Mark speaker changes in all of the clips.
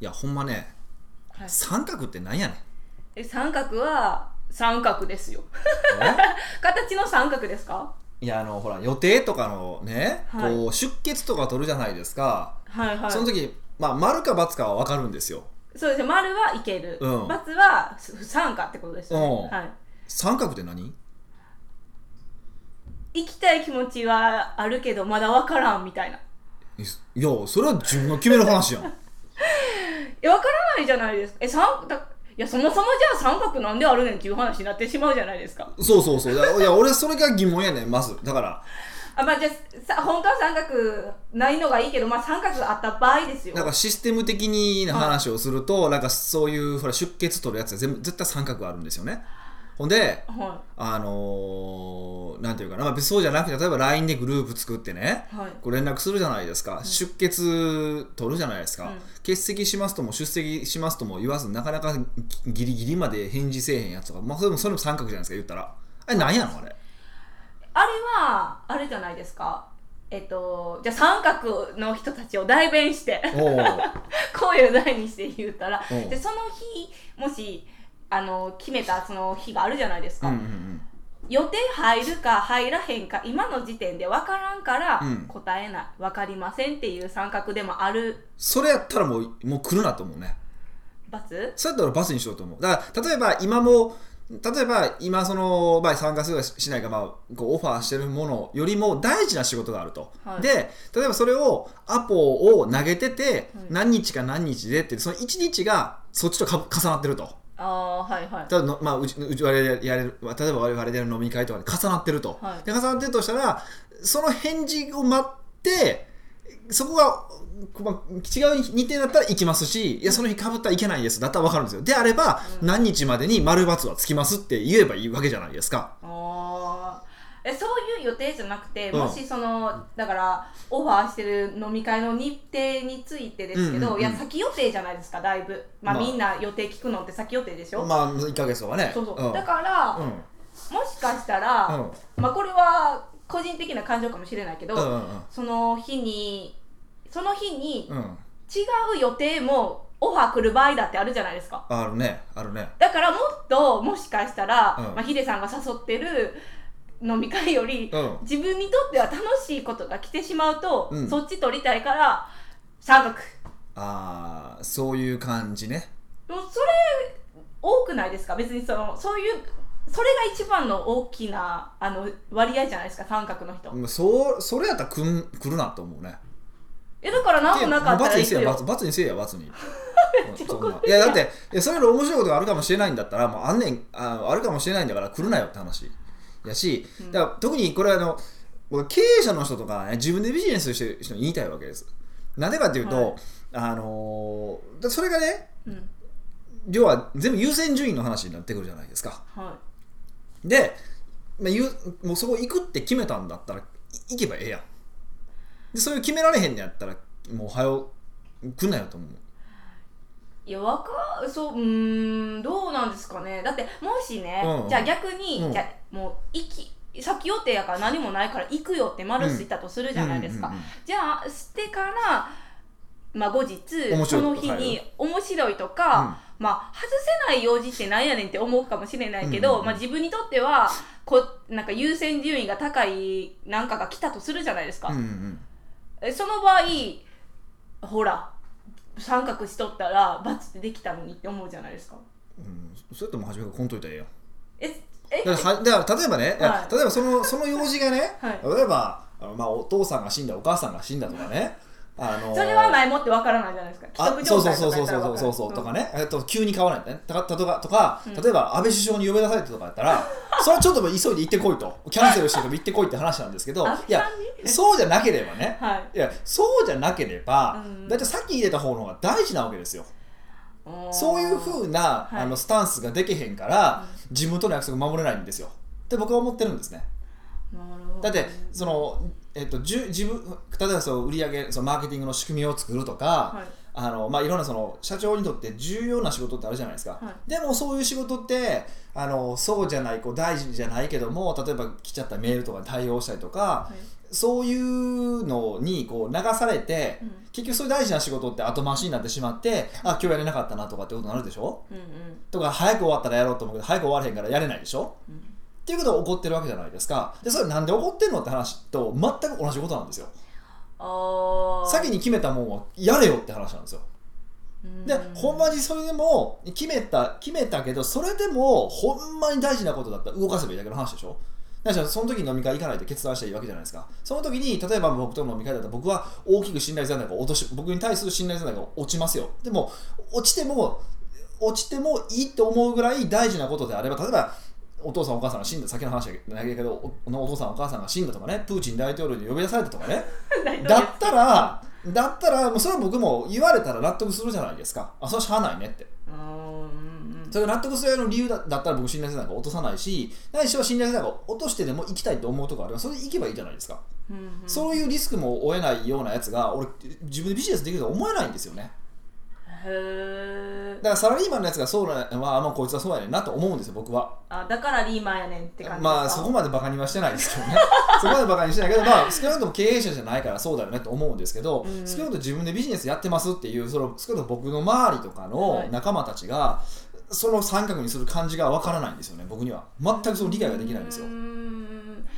Speaker 1: いやほんまね
Speaker 2: はい、
Speaker 1: 三角ってなんやねん
Speaker 2: え三角は三角ですよ形の三角ですか
Speaker 1: いやあのほら予定とかのね、
Speaker 2: はい
Speaker 1: こう出血とか取るじゃないですか、
Speaker 2: はいはい
Speaker 1: その時まあ丸か×かは分かるんですよ
Speaker 2: そうですね丸はいける、
Speaker 1: うん
Speaker 2: バツは不参加ってことですよね、
Speaker 1: う
Speaker 2: はい
Speaker 1: 三角って何
Speaker 2: 行きたい気持ちはあるけどまだわからんみたいない
Speaker 1: いやそれは自分が決める話 やん
Speaker 2: えわからないじゃないですかえ三だいやそもそもじゃあ三角なんであるねんっていう話になってしまうじゃないですか
Speaker 1: そうそうそういやいや俺それが疑問やねんまずだから
Speaker 2: あまあじゃあさ本当は三角ないのがいいけどまあ三角あった場合ですよ
Speaker 1: なんかシステム的な話をすると、なんかそういうほら出血取るやつは全部絶対三角あるんですよねほんで
Speaker 2: は
Speaker 1: あのーなんていうかな、まあ、別にそうじゃなくて例えば LINE でグループ作ってね
Speaker 2: いはい
Speaker 1: こう連絡するじゃないですか、出血取るじゃないですか、
Speaker 2: うん
Speaker 1: 欠席しますとも出席しますとも言わずなかなかギリギリまで返事せえへんやつとか、まあ、それもそれも三角じゃないですか言ったらあれなんや のあれ
Speaker 2: あれはあれじゃないですかえっとじゃあ三角の人たちを代弁して
Speaker 1: おう
Speaker 2: 声を大にして言ったら
Speaker 1: うん
Speaker 2: でその日もしあの決めたその日があるじゃないで
Speaker 1: う
Speaker 2: すか、
Speaker 1: んうん
Speaker 2: 予定入るか入らへんか今の時点で分からんから
Speaker 1: うん
Speaker 2: 答えない、分かりませんっていう三角でもある
Speaker 1: それやったらもうもう来るなと思うね
Speaker 2: 罰
Speaker 1: そうやったらバスにしようと思うだから例えば今も例えば今その、まあ、参加するかしないか、まあ、こうオファーしてるものよりも大事な仕事があると、
Speaker 2: はい
Speaker 1: で例えばそれをアポを投げてて、
Speaker 2: はい
Speaker 1: 何日か何日でってその1日がそっちとか重なってると
Speaker 2: ああーはいはい
Speaker 1: 例えばの、まあ、うちうち我々やれる例えば我々でやる飲み会とかで重なってると、
Speaker 2: はい
Speaker 1: で重なってるとしたらその返事を待ってそこが、まあ、違う日程だったら行きますしいやその日かぶったらいけないですだったら分かるんですよであれば、
Speaker 2: うん
Speaker 1: 何日までに丸×はつきますって言えばいいわけじゃないですか
Speaker 2: あーえそういう予定じゃなくて、
Speaker 1: うん
Speaker 2: もしそのだからオファーしてる飲み会の日程についてですけど、
Speaker 1: うんうんうん
Speaker 2: いや先予定じゃないですかだいぶ、まあ
Speaker 1: まあ
Speaker 2: みんな予定聞くのって先予定でしょ、
Speaker 1: まあ1ヶ月とかね
Speaker 2: そうそう、
Speaker 1: ん
Speaker 2: だから、
Speaker 1: うん
Speaker 2: もしかしたら、
Speaker 1: うん
Speaker 2: まあこれは個人的な感情かもしれないけど、
Speaker 1: うんうん
Speaker 2: その日にその日に
Speaker 1: うんうん
Speaker 2: 違う予定もオファー来る場合だってあるじゃないですか
Speaker 1: あるねあるね
Speaker 2: だからもっともしかしたら、
Speaker 1: うん
Speaker 2: まあ、ヒデさんが誘ってる飲み会より、
Speaker 1: うん
Speaker 2: 自分にとっては楽しいことが来てしまうと、
Speaker 1: うん
Speaker 2: そっち取りたいから三角
Speaker 1: ああそういう感じね
Speaker 2: でもそれ多くないですか別にそのそういうそれが一番の大きなあの割合じゃないですか三角の人、
Speaker 1: うんそうそれやったら来ん来るなと思うね
Speaker 2: えだから何もなかったら
Speaker 1: 罰に
Speaker 2: 行
Speaker 1: せ
Speaker 2: く
Speaker 1: えや
Speaker 2: よ
Speaker 1: 罰罰にせえや罰 に
Speaker 2: ちゃ
Speaker 1: そん
Speaker 2: 怒
Speaker 1: な
Speaker 2: って
Speaker 1: い
Speaker 2: るや
Speaker 1: や
Speaker 2: ん
Speaker 1: だっていやそれより面白いことがあるかもしれないんだったらもうあんねんああるかもしれないんだから来るなよって話やし、
Speaker 2: うん
Speaker 1: だから特にこれあの僕経営者の人とか、ね、自分でビジネスしてる人に言いたいわけですなんでかっていうと、
Speaker 2: はい
Speaker 1: あのーだそれがね
Speaker 2: うん
Speaker 1: 要は全部優先順位の話になってくるじゃないですか
Speaker 2: は
Speaker 1: で、まあ、言うもうそこ行くって決めたんだったらい行けばええやんでそれを決められへんのやったらもう早う来んなよと思う
Speaker 2: い、いやわかそううーんどうなんですかねだってもしね、
Speaker 1: うん
Speaker 2: じゃあ逆に、
Speaker 1: うん
Speaker 2: じゃあもう行き先予定やから何もないから行くよって丸ついたとするじゃないですか、
Speaker 1: うんうんうん
Speaker 2: じゃあしてから、まあ、後日
Speaker 1: 面白
Speaker 2: そ
Speaker 1: いと
Speaker 2: の
Speaker 1: か
Speaker 2: 日に
Speaker 1: は
Speaker 2: 面白いとか、まあ外せない用事ってなんやねんって思うかもしれないけ
Speaker 1: う
Speaker 2: ど、
Speaker 1: んうんうん
Speaker 2: まあ、自分にとってはこなんか優先順位が高いなんかが来たとするじゃないですか、
Speaker 1: うんうん
Speaker 2: えその場合ほら三角しとったらバツってできたのにって思うじゃないですか
Speaker 1: うん、うん、それとも初めからこんといたらええやん
Speaker 2: ええ
Speaker 1: だからはだから例えばね、いや
Speaker 2: はい
Speaker 1: 例えばそのその用事がね、
Speaker 2: はい
Speaker 1: 例えばあの、まあ、お父さんが死んだお母さんが死んだとかねあのー
Speaker 2: それは前もってわからないじゃないですか
Speaker 1: あ
Speaker 2: 規則
Speaker 1: そうそ
Speaker 2: 状
Speaker 1: う
Speaker 2: 態
Speaker 1: そ
Speaker 2: と
Speaker 1: う
Speaker 2: か
Speaker 1: そ
Speaker 2: や
Speaker 1: うそう
Speaker 2: ったら
Speaker 1: そうそうとか
Speaker 2: わる
Speaker 1: ね、えっと、急に変わらないんだねたたとかとか、
Speaker 2: うん
Speaker 1: 例えば安倍首相に呼び出されてとかやったらそれはちょっともう急いで行ってこいとキャンセルしてでも行ってこいって話なんですけど
Speaker 2: あ
Speaker 1: いやそうじゃなければね
Speaker 2: はい
Speaker 1: いやそうじゃなければ、
Speaker 2: うん
Speaker 1: だいたいさっき入れた方の方が大事なわけですよ
Speaker 2: おー
Speaker 1: そういうふうな、
Speaker 2: はい
Speaker 1: あのスタンスができへんから、
Speaker 2: う
Speaker 1: 自分との約束守れないんですよって僕は思ってるんですね
Speaker 2: なるほど
Speaker 1: だってその、えっと、じゅ自分例えばその売り上げそのマーケティングの仕組みを作るとか、
Speaker 2: はい
Speaker 1: あのまあ、いろんなその社長にとって重要な仕事ってあるじゃないですか、
Speaker 2: は
Speaker 1: でもそういう仕事ってあのそうじゃないこう大事じゃないけども例えば来ちゃったメールとかに対応したりとか、
Speaker 2: はい
Speaker 1: そういうのにこう流されて、
Speaker 2: うん
Speaker 1: 結局そういう大事な仕事って後回しになってしまってあ今日やれなかったなとかってことになるでしょ
Speaker 2: うん
Speaker 1: とか早く終わったらやろうと思うけど早く終われへんからやれないでしょ
Speaker 2: うんうん
Speaker 1: っていうことが起こってるわけじゃないですかでそれなんで起こってんのって話と全く同じことなんですよ
Speaker 2: ああ
Speaker 1: 先に決めたもんはやれよって話なんですよで、ほんまにそれでも決めた決めたけどそれでもほんまに大事なことだったら動かせばいいだけの話でしょだからその時に飲み会行かないと決断したらいいわけじゃないですかその時に例えば僕との飲み会だったら僕は大きく信頼残高を落とし僕に対する信頼残高が落ちますよでも落ちても落ちてもいいと思うぐらい大事なことであれば例えばお父さんお母さんが死んだ先の話だけどおお父さんお母さんが死んだとかねプーチン大統領に呼び出されたとかね だったら、だったら、もうそれは僕も言われたら納得するじゃないですか。あ、それはしゃあないねって。
Speaker 2: うん
Speaker 1: それが納得するような理由だだったら僕信頼性なんか落とさないし、ないしは信頼性なんか落としてでも行きたいと思うとこあれば、それで行けばいいじゃないですか。
Speaker 2: うんうん
Speaker 1: そういうリスクも負えないようなやつが、俺、自分でビジネスできるとは思えないんですよね。
Speaker 2: へ
Speaker 1: だ
Speaker 2: え
Speaker 1: からサラリーマンのやつがそうな、まあ、まあ、こいつはそうやねんなと思うんですよ、僕は。
Speaker 2: あだからリーマンやねんって感じですか
Speaker 1: まあ、そこまでバカにはしてないですけどね。 そこまでバカにしてないけど、まあ、少なくとも経営者じゃないからそうだよねと思うんですけど、
Speaker 2: うん
Speaker 1: 少なくとも自分でビジネスやってますっていう、その少なくとも僕の周りとかの仲間たちが、その三角にする感じがわからないんですよね、僕には。全くその理解ができないんですよ
Speaker 2: うー。ん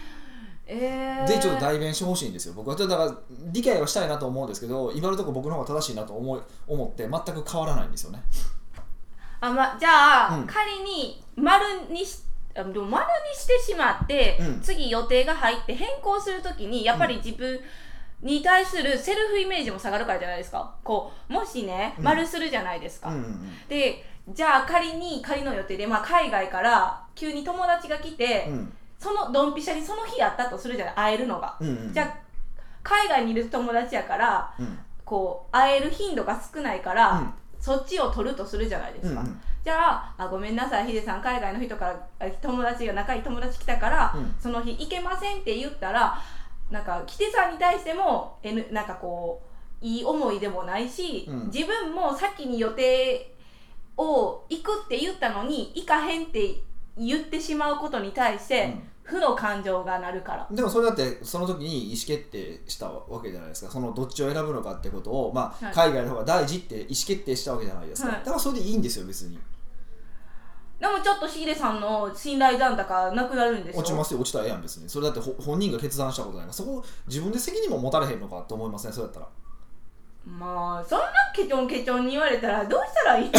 Speaker 2: えー、
Speaker 1: で、ちょっと代弁してほしいんですよ。僕はちょっとだから、理解はしたいなと思うんですけど、今のところ僕の方が正しいなと思い思って、全く変わらないんですよね。
Speaker 2: あ、ま、じゃあ、
Speaker 1: うん
Speaker 2: 仮に丸にしあでも丸にしてしまって、
Speaker 1: うん
Speaker 2: 次予定が入って変更するときにやっぱり自分に対するセルフイメージも下がるからじゃないですかこうもしね
Speaker 1: うん
Speaker 2: 丸するじゃないです
Speaker 1: う
Speaker 2: か、
Speaker 1: んうんうん
Speaker 2: でじゃあ仮に仮の予定で、まあ、海外から急に友達が来て、
Speaker 1: うん
Speaker 2: そのドンピシャにその日やったとするじゃない会えるのが、
Speaker 1: うんうん
Speaker 2: じゃあ海外にいる友達やから
Speaker 1: うん
Speaker 2: こう会える頻度が少ないから、そっちを取るとするじゃないで
Speaker 1: うん
Speaker 2: すか、じゃああごめんなさいヒデさん海外の人からあ友達が仲いい友達来たから、
Speaker 1: うん
Speaker 2: その日行けませんって言ったらなんか来てさんに対しても、N、なんかこういい思いでもないし、
Speaker 1: うん
Speaker 2: 自分も先に予定を行くって言ったのに行かへんって言ってしまうことに対し
Speaker 1: う
Speaker 2: て、
Speaker 1: ん
Speaker 2: 負の感情がなるから。
Speaker 1: でもそれだってその時に意思決定したわけじゃないですかそのどっちを選ぶのかってことを、まあ
Speaker 2: はい
Speaker 1: 海外の方が大事って意思決定したわけじゃないですか、
Speaker 2: はい
Speaker 1: だからそれでいいんですよ別に
Speaker 2: でもちょっとヒデさんの信頼残高なくなるんでしょ
Speaker 1: 落ちますすよ落ちたらええやん別にそれだってほ本人が決断したことないからそこ自分で責任も持たれへんのかと思いますねそれだったら
Speaker 2: まあそんなケチョンケチョンに言われたらどうしたら いい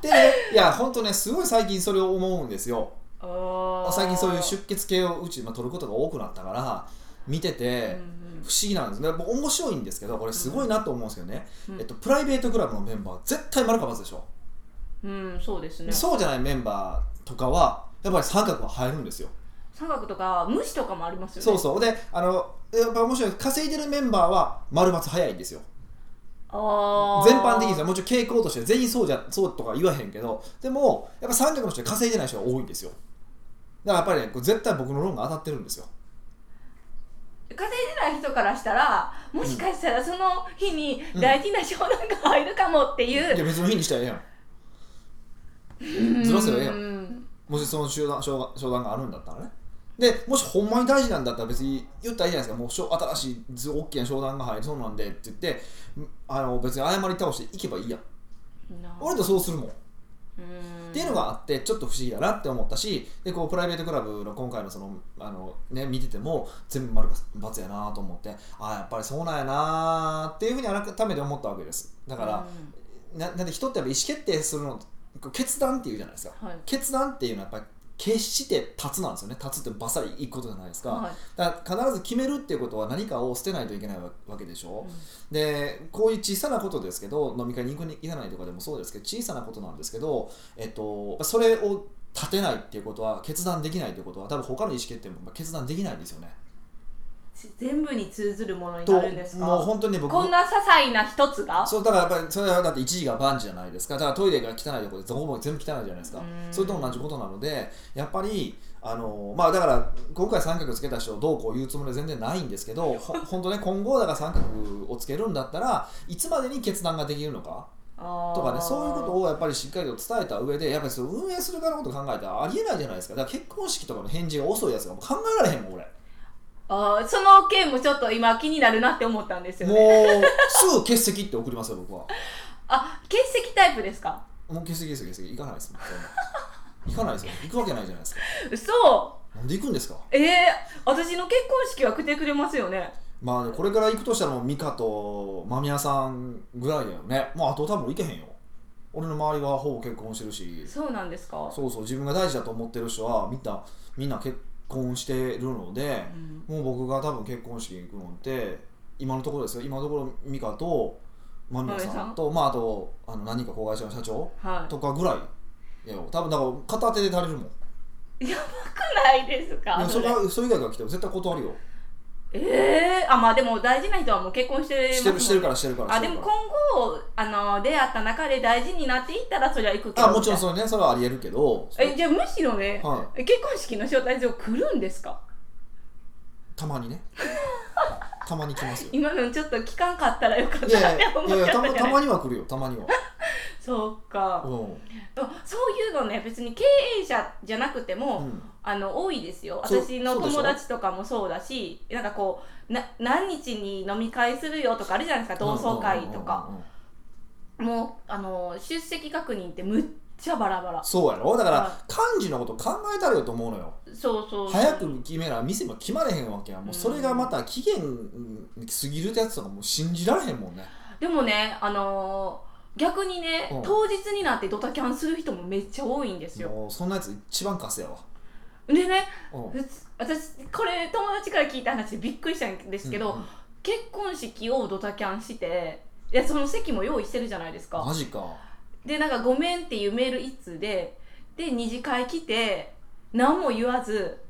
Speaker 1: でねいや本当ねすごい最近それを思うんですよ
Speaker 2: あー
Speaker 1: 最近そういう出血系をうち、まあ、取ることが多くなったから見てて、不思議なんですねもう面白いんですけどこれすごいなと思うんですけどね、
Speaker 2: うん
Speaker 1: えっと、プライベートクラブのメンバー絶対丸か×でしょ
Speaker 2: うん、うん、そうですね
Speaker 1: そうじゃないメンバーとかはやっぱり三角は入るんですよ。
Speaker 2: 三角とか無視とかもありますよね
Speaker 1: そうそうであのやっぱ面白い稼いでるメンバーは丸×早いんですよ
Speaker 2: あー
Speaker 1: 全般的にですよもちろん傾向として全員そうじゃそうとか言わへんけどでもやっぱ三角の人は稼いでない人が多いんですよだからやっぱりねこれ絶対僕の論が当たってるんですよ
Speaker 2: 稼いでない人からしたらもしかしたらその日に大事な商談が入るかもってい、
Speaker 1: いうや別の日にしたらええやん
Speaker 2: うん、
Speaker 1: ずらせばええやん
Speaker 2: ん
Speaker 1: もしその商談商談商談があるんだったらねでもしほんまに大事なんだったら別に言ったらいいじゃないですかもうしょ新しいず大きな商談が入りそうなんでって言ってんあの別に謝り倒していけばいいやん俺とそうするもん、
Speaker 2: うん
Speaker 1: っていうのがあってちょっと不思議だなって思ったしでこうプライベートクラブの今回のそのあの、ね、見てても全部丸か×やなと思ってああやっぱりそうなんやなっていうふうに改めて思ったわけですだ
Speaker 2: だ
Speaker 1: から、ななんで人ってやっぱ意思決定するのこう決断っていうじゃないですか
Speaker 2: はい
Speaker 1: 決断っていうのはやっぱり決して立つなんですよね立つってバサリいくことじゃないですか,、
Speaker 2: はい
Speaker 1: だから必ず決めるっていうことは何かを捨てないといけないわわけでしょ、
Speaker 2: うん
Speaker 1: でこういう小さなことですけど飲み会に行くに行かないとかでもそうですけど小さなことなんですけど、えっと、それを立てないっていうことは決断できないっていうことは多分他の意思決定も決断できないんですよね。
Speaker 2: 全部に通ずるものに
Speaker 1: と
Speaker 2: なるんですか
Speaker 1: もう本当にね僕
Speaker 2: こんな些細な一つが
Speaker 1: そうだからやっぱりそれはだって一時が万事じゃないですかだからトイレが汚いところでどこも全部汚いじゃないですか
Speaker 2: うん
Speaker 1: それと同じことなのでやっぱりあのまあだから今回三角つけた人をどうこう言うつもりは全然ないんですけどほ本当ね今後だから三角をつけるんだったらいつまでに決断ができるのかと
Speaker 2: と
Speaker 1: かねそういうことをやっぱりしっかりと伝えた上でやっぱりその運営する側のことを考えたらありえないじゃないですかだから結婚式とかの返事が遅いやつがもう考えられへんもん俺
Speaker 2: あーその件もちょっと今気になるなって思ったんですよ
Speaker 1: もう
Speaker 2: ね
Speaker 1: すぐ欠席って送りますよ僕は
Speaker 2: あ欠席タイプですか
Speaker 1: もう欠席ですよ欠席行かないですもんそんな行かないですよ行くわけないじゃないですか
Speaker 2: 嘘
Speaker 1: なんで行くんですか
Speaker 2: えー、私の結婚式は来てくれますよね
Speaker 1: まあねこれから行くとしたらもう美香と間宮さんぐらいだよねまああと多分行けへんよ俺の周りはほぼ結婚してるし
Speaker 2: そうなんですか
Speaker 1: そうそう自分が大事だと思ってる人はみんなみんな結婚してるので
Speaker 2: うん
Speaker 1: もう僕が多分結婚式に行くのって今のところですよ今のところ美香と間宮
Speaker 2: 間宮
Speaker 1: さ
Speaker 2: さん
Speaker 1: んとまああとあの何人か子会社の社長
Speaker 2: は
Speaker 1: とかぐらいやよ多分だから片手で足りるもん
Speaker 2: いやばくないです
Speaker 1: い
Speaker 2: か
Speaker 1: やそ
Speaker 2: そ
Speaker 1: れ
Speaker 2: れ
Speaker 1: がそれ以外が来ても絶対断るよ
Speaker 2: えー、あまあでも大事な人はもう結婚してます
Speaker 1: し
Speaker 2: も
Speaker 1: て
Speaker 2: んね
Speaker 1: るしてるからしてるから
Speaker 2: あ
Speaker 1: して
Speaker 2: で
Speaker 1: る
Speaker 2: も
Speaker 1: か
Speaker 2: 今
Speaker 1: ら
Speaker 2: 後あの出会った中で大事になっていったらそりゃ行くけど
Speaker 1: あもちろん
Speaker 2: う
Speaker 1: それねそれはありえるけど
Speaker 2: えじゃあむしろね、
Speaker 1: は
Speaker 2: 結婚式の招待状来るんですか
Speaker 1: たまに ねたまに来ますよ
Speaker 2: 今のちょっと聞かんかったらよかった
Speaker 1: いやい
Speaker 2: って思っ
Speaker 1: やいや
Speaker 2: ちゃ
Speaker 1: た
Speaker 2: った
Speaker 1: ま
Speaker 2: じゃ
Speaker 1: た
Speaker 2: ない
Speaker 1: まには来るよたまには、
Speaker 2: そうか
Speaker 1: う
Speaker 2: そういうのね別に経営者じゃなくても、
Speaker 1: んうん、
Speaker 2: あの多いですよ
Speaker 1: そう
Speaker 2: 私の
Speaker 1: そうでしょ
Speaker 2: 友達とかもそうだしなんかこうな何日に飲み会するよとかあるじゃないですか同窓会と
Speaker 1: うん
Speaker 2: か
Speaker 1: うんうんうん
Speaker 2: もうあの出席確認ってむっちゃバラバラ
Speaker 1: そうやろだか
Speaker 2: は
Speaker 1: ら幹事のこと考えたらよと思うのよ
Speaker 2: そうそう
Speaker 1: 早く決めな店も決まれへんわけやもうそれがまた期限うん過ぎるってやつとかもう信じられへんもんね
Speaker 2: でもねあのー逆にね、
Speaker 1: うん
Speaker 2: 当日になってドタキャンする人もめっちゃ多いんですよ、
Speaker 1: もうそんなやつ一番カスやわ、
Speaker 2: でね
Speaker 1: うん
Speaker 2: ふつ私これ友達から聞いた話でびっくりしたんですけど、
Speaker 1: うんうん
Speaker 2: 結婚式をドタキャンしていやその席も用意してるじゃないですか
Speaker 1: マジか
Speaker 2: でなんか「ごめん」っていうメール一通でで二次会来て何も言わず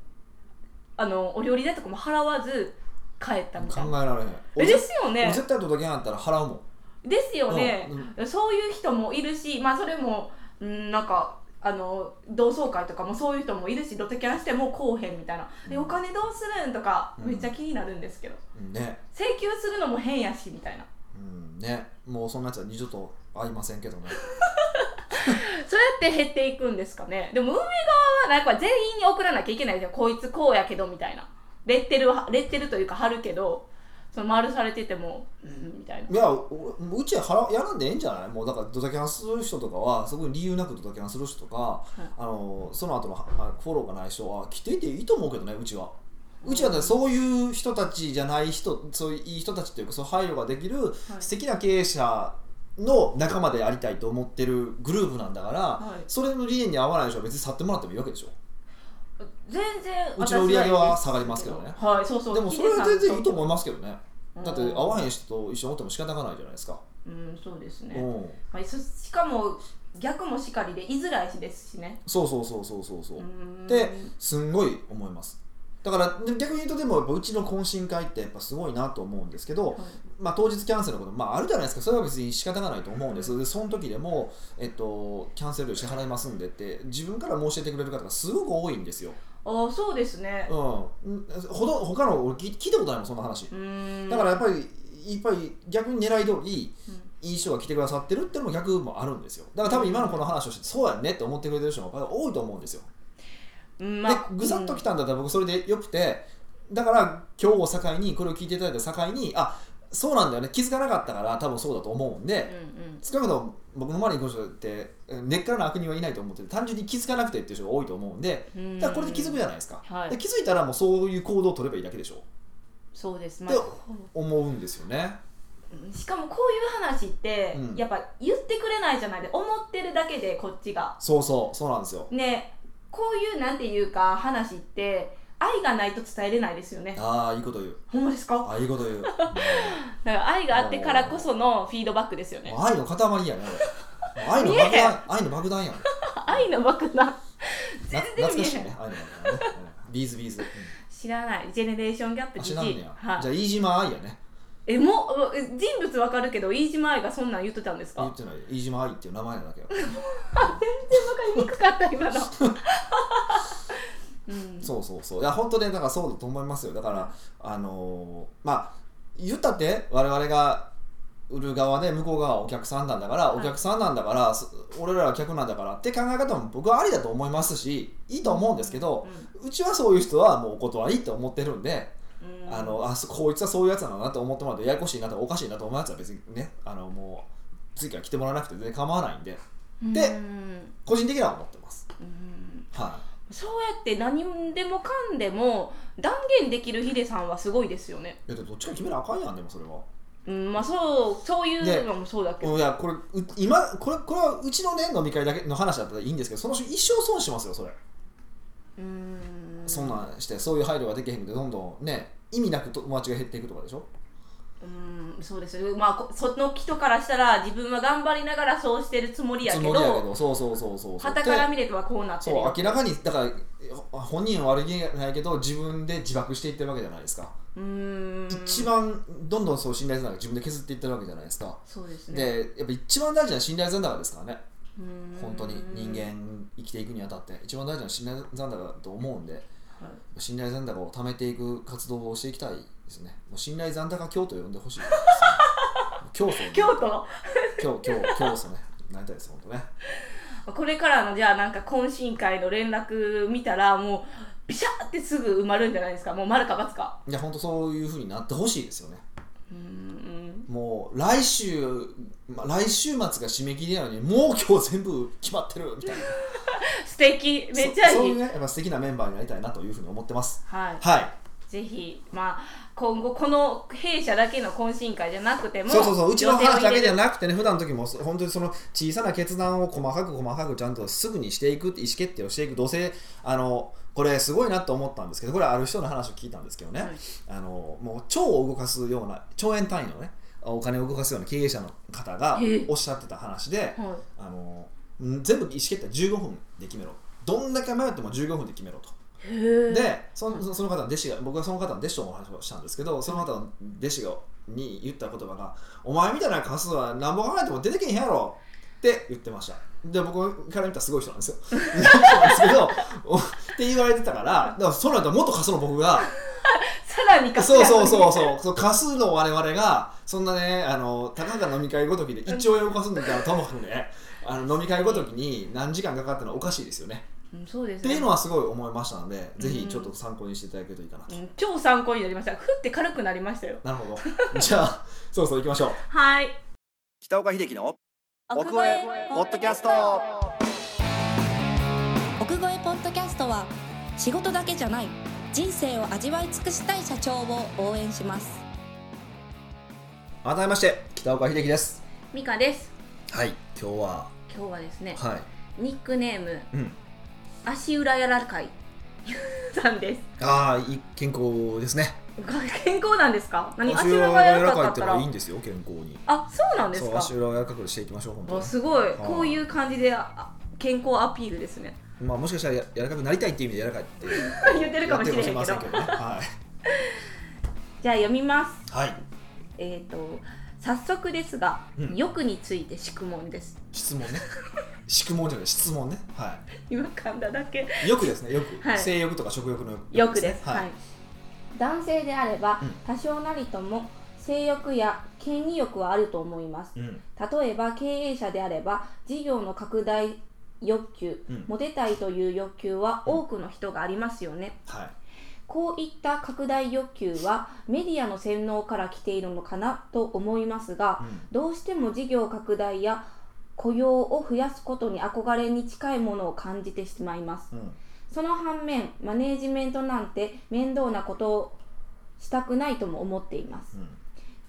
Speaker 2: あのお料理代とかも払わず帰ったみ
Speaker 1: 考
Speaker 2: たい
Speaker 1: え
Speaker 2: な
Speaker 1: られへん
Speaker 2: え
Speaker 1: 俺
Speaker 2: ですよ
Speaker 1: 俺
Speaker 2: ね
Speaker 1: 絶対届けなかったら払うもん
Speaker 2: ですよね
Speaker 1: うんうん
Speaker 2: そういう人もいるしまあそれもうんなんかあの同窓会とかもそういう人もいるしドタキャンしてもこうへんみたいなで
Speaker 1: うん
Speaker 2: お金どうするんとか
Speaker 1: うん
Speaker 2: めっちゃ気になるんですけど
Speaker 1: うんね
Speaker 2: 請求するのも変やしみたいな
Speaker 1: うんねもうそんなやつは二度と会いませんけどね
Speaker 2: そうやって減っていくんですかねでも運営側はなんか全員に送らなきゃいけないじゃんこいつこうやけどみたいなレッテルはレッテルというか貼るけどその丸されててもうんみたいない
Speaker 1: やおうちは払やらんでええんじゃないもうだからドタキャンする人とかはそこに理由なくドタキャンする人とか、
Speaker 2: い
Speaker 1: あのその後のはあフォローがない人は来ていていいと思うけどねうちは。うちはねそういう人たちじゃない人そういういい人たちというかそういう配慮ができる素敵な経営者の仲間でありたいと思ってるグループなんだから、
Speaker 2: はい
Speaker 1: それの理念に合わない人は別に去ってもらってもいいわけでしょ
Speaker 2: 全然
Speaker 1: うちの売り上げは下がりますけどね
Speaker 2: はいそうそう
Speaker 1: でもそれは全然いいと思い
Speaker 2: い
Speaker 1: ますけどねだって合わへん人と一緒におっても仕方がないじゃないですか、
Speaker 2: うんそうですね、
Speaker 1: うん、
Speaker 2: まあ、そしかも逆もしかりで居づらいしですしね
Speaker 1: そうそうそうそうそうそうう、
Speaker 2: ん
Speaker 1: ですんごい思いますだからで逆に言うとでもやっぱうちの懇親会ってやっぱすごいなと思うんですけど、
Speaker 2: はい
Speaker 1: まあ、当日キャンセルのこと、まあ、あるじゃないですかそれは別に仕方がないと思うんですでその時でも、えっと、キャンセル料支払いますんでって自分から申し出てくれる方がすごく多いんですよ、
Speaker 2: ああそうですね
Speaker 1: うん、んほど他の俺聞聞いたことないもんそんな話
Speaker 2: うん
Speaker 1: だからやっぱりいっぱい逆に狙い通り
Speaker 2: うん
Speaker 1: いい人が来てくださってるっていうのも逆もあるんですよだから多分今のこの話をしてそうやねって思ってくれてる人が多いと思うんですよ
Speaker 2: うん
Speaker 1: でぐさっときたんだったら僕それでよくてだから今日を境にこれを聞いていただいた境にあそうなんだよね気づかなかったから多分そうだと思うん
Speaker 2: うん
Speaker 1: で、
Speaker 2: うん
Speaker 1: 少なくとも僕の周りにこの人ってえ根っからの悪人はいないと思ってて単純に気づかなくてっていう人が多いと思うんで
Speaker 2: うん
Speaker 1: だからこれで気づくじゃないですか、
Speaker 2: はい
Speaker 1: で気づいたらもうそういう行動を取ればいいだけでしょ
Speaker 2: そうです、ま
Speaker 1: で思うんですよね
Speaker 2: うんしかもこういう話って、
Speaker 1: うん
Speaker 2: やっぱ言ってくれないじゃないで思ってるだけでこっちが
Speaker 1: そうそうそうなんですよ
Speaker 2: ねこういうなんていうか話って愛がないと伝えれないですよね
Speaker 1: ああいいこと言う
Speaker 2: ほんまですか
Speaker 1: ああいいこと言 う、うん
Speaker 2: だから愛があってからこそのフィードバックですよね
Speaker 1: もう愛の塊やね俺も う愛の爆
Speaker 2: 見えへ
Speaker 1: 弾愛の爆弾やん
Speaker 2: 愛の爆弾
Speaker 1: な
Speaker 2: 全然
Speaker 1: 懐 か
Speaker 2: 見え
Speaker 1: しい
Speaker 2: へん、
Speaker 1: ね、ああいうのがね。うんビーズビーズ。うん
Speaker 2: 知らないジェネレーションギャップ
Speaker 1: あ、知
Speaker 2: じじ
Speaker 1: らんね
Speaker 2: い
Speaker 1: や。
Speaker 2: はい
Speaker 1: じゃあ、飯島愛やね。
Speaker 2: えもうう人物わかるけど飯島愛がそんなん言ってたんですか
Speaker 1: 言ってない。飯島愛っていう名前なだけよ。
Speaker 2: 全然わかりにくかった 今の、 うん、
Speaker 1: そうそうそう。いや、本当ね、だからそうだと思いますよ。だから、あのーまあ、言ったって、我々が売る側で、向こう側はお客さんなんだから、
Speaker 2: はい
Speaker 1: お客さんなんだから、そ俺らは客なんだからって考え方も僕はありだと思いますし、いいと思うんですけど、
Speaker 2: うん
Speaker 1: うちはそういう人はもうお断りって思ってるんで、
Speaker 2: うん
Speaker 1: あのあそこいつはそういうやつなのなって思ってもらってややこしいなとかおかしいなと思うやつは別にねあのもう次から来てもらわなくて全然構わないんでで
Speaker 2: うん
Speaker 1: 個人的には思ってます
Speaker 2: うん
Speaker 1: は
Speaker 2: そうやって何でもかんでも断言できるヒデさんはすごいですよね、
Speaker 1: いいやでもどっちか決めなあかんやんでもそれは
Speaker 2: うんまあ、そうそういうのもそうだけど、
Speaker 1: うんいやこれう今これこれはうちのね飲み会だけの話だったらいいんですけどその人一生損しますよそれ
Speaker 2: うん、
Speaker 1: そんなんしてそういう配慮ができへんくてどんどんね意味なく友達が減っていくとかでしょ
Speaker 2: うんそうですよまあこその人からしたら自分は頑張りながらそうしてるつもりやけど
Speaker 1: そうそうそうそうそう
Speaker 2: 旗から
Speaker 1: で
Speaker 2: 見ればこうなってる
Speaker 1: そう
Speaker 2: よ
Speaker 1: 明らかにだから本人は悪気がないけど自分で自爆していってるわけじゃないですか、
Speaker 2: うーん
Speaker 1: 一番どんどんそう信頼性なんか自分で削っていってるわけじゃないですか
Speaker 2: そうですね
Speaker 1: でやっぱ一番大事な信頼残高ですからね
Speaker 2: うーん
Speaker 1: 本当に人間生きていくにあたって一番大事な信頼残高だと思うんで
Speaker 2: はい
Speaker 1: 信頼残高を貯めていく活動をしていきたいですねもう信頼残高教と呼んでほしい教祖ね
Speaker 2: 京都
Speaker 1: 教教教祖ねなりたいです本当ね
Speaker 2: これからのじゃあなんか懇親会の連絡見たらもうビシャーってすぐ埋まるんじゃないですかもう丸か×か
Speaker 1: いや本当そういうふうになってほしいですよね
Speaker 2: うーん
Speaker 1: もう来週、まあ、来週末が締め切りなのにもう今日全部決まってるみたいな
Speaker 2: 素敵めっちゃ
Speaker 1: そ
Speaker 2: いうい
Speaker 1: いうねやっぱ素敵なメンバーになりたいなというふうに思ってます
Speaker 2: はい
Speaker 1: はい
Speaker 2: ぜひ、まあ、今後この弊社だけの懇親会じゃなくても
Speaker 1: そうそうそううちの話だけじゃ
Speaker 2: な
Speaker 1: なくてね普段の時もそ本当にその小さな決断を細かく細かくちゃんとすぐにしていくって意思決定をしていくどうせあのこれすごいなと思ったんですけどこれある人の話を聞いたんですけどね、
Speaker 2: はい
Speaker 1: あのもう腸を動かすような兆円単位のねお金を動かすような経営者の方が
Speaker 2: へえ
Speaker 1: おっしゃってた話で、
Speaker 2: はい
Speaker 1: あのん全部意思決定は15分で決めろどんだけ迷っても15分で決めろと。
Speaker 2: へえ
Speaker 1: でそのその方の弟子が僕はその方の弟子とお話をしたんですけどその方の弟子がに言った言葉が「お前みたいなカスはなんぼ考えても出てけへんやろ」って言ってましたで僕から見たらすごい人なんですよ そうなんですけど おって言われてたからだからそうなったらもっとカスの僕が
Speaker 2: さらにか
Speaker 1: そうそうそうそうそうカスの我々がそんなねあのたかが飲み会ごときで1兆円を貸すんだったらともかくねあの飲み会ごときに何時間かかったのはおかしいですよね
Speaker 2: うんそうで
Speaker 1: っ
Speaker 2: す
Speaker 1: て
Speaker 2: ね
Speaker 1: いうのはすごい思いましたので、ぜひちょっと参考にしていただけるといいかなと。
Speaker 2: うん超参考になりましたふって軽くなりましたよ
Speaker 1: なるほど。 じゃあ、そうそう行きましょう。
Speaker 2: はい
Speaker 1: 北岡秀樹の奥越えポッドキャスト
Speaker 3: 奥越えポッドキャストは仕事だけじゃない人生を味わい尽くしたい社長を応援します
Speaker 1: 改めまして、北岡秀樹です。
Speaker 2: ミカです
Speaker 1: はい、今日は、
Speaker 2: 今日はですね
Speaker 1: は
Speaker 2: ニックネーム
Speaker 1: い、うん、
Speaker 2: 足裏やらかいさんです
Speaker 1: ああ、いい健康ですね。
Speaker 2: 健康なんですか何足裏がやらかか
Speaker 1: い
Speaker 2: っ
Speaker 1: って
Speaker 2: た
Speaker 1: のは
Speaker 2: ら
Speaker 1: いいんですよ、健康に。
Speaker 2: あそうなんです
Speaker 1: そう、
Speaker 2: か
Speaker 1: 足裏を柔らかくしていきましょう、本当
Speaker 2: あ
Speaker 1: に。
Speaker 2: すごい
Speaker 1: い
Speaker 2: こういう感じであ健康アピールですね
Speaker 1: まあ、もしかしたらや柔らかくなりたいっていう意味で柔らかいって言っ
Speaker 2: 言って
Speaker 1: て
Speaker 2: るかもしれへんけど
Speaker 1: ま
Speaker 2: じ
Speaker 1: せ
Speaker 2: ゃ
Speaker 1: んけどね。は
Speaker 2: あ読みます
Speaker 1: い。はい。
Speaker 2: えー、と早速ですが、
Speaker 1: うん
Speaker 2: 欲について宿問です
Speaker 1: 質問ね。宿問じゃない、質問ね。は
Speaker 2: 今噛んだだけ
Speaker 1: い。欲ですね、欲。
Speaker 2: はい
Speaker 1: 性欲とか食欲の欲。
Speaker 2: 欲です、
Speaker 1: ね
Speaker 2: はい男性であれば、
Speaker 1: うん
Speaker 2: 多少なりとも性欲や権利欲はあると思います
Speaker 1: うん。
Speaker 2: 例えば経営者であれば事業の拡大欲求、
Speaker 1: うん
Speaker 2: モテたいという欲求は
Speaker 1: うん
Speaker 2: 多くの人がありますよね、
Speaker 1: はい。
Speaker 2: こういった拡大欲求はメディアの洗脳から来ているのかなと思いますが、
Speaker 1: うん
Speaker 2: どうしても事業拡大や雇用を増やすことに憧れに近いものを感じてしまいます
Speaker 1: うん
Speaker 2: その反面マネージメントなんて面倒なことをしたくないとも思っています
Speaker 1: うん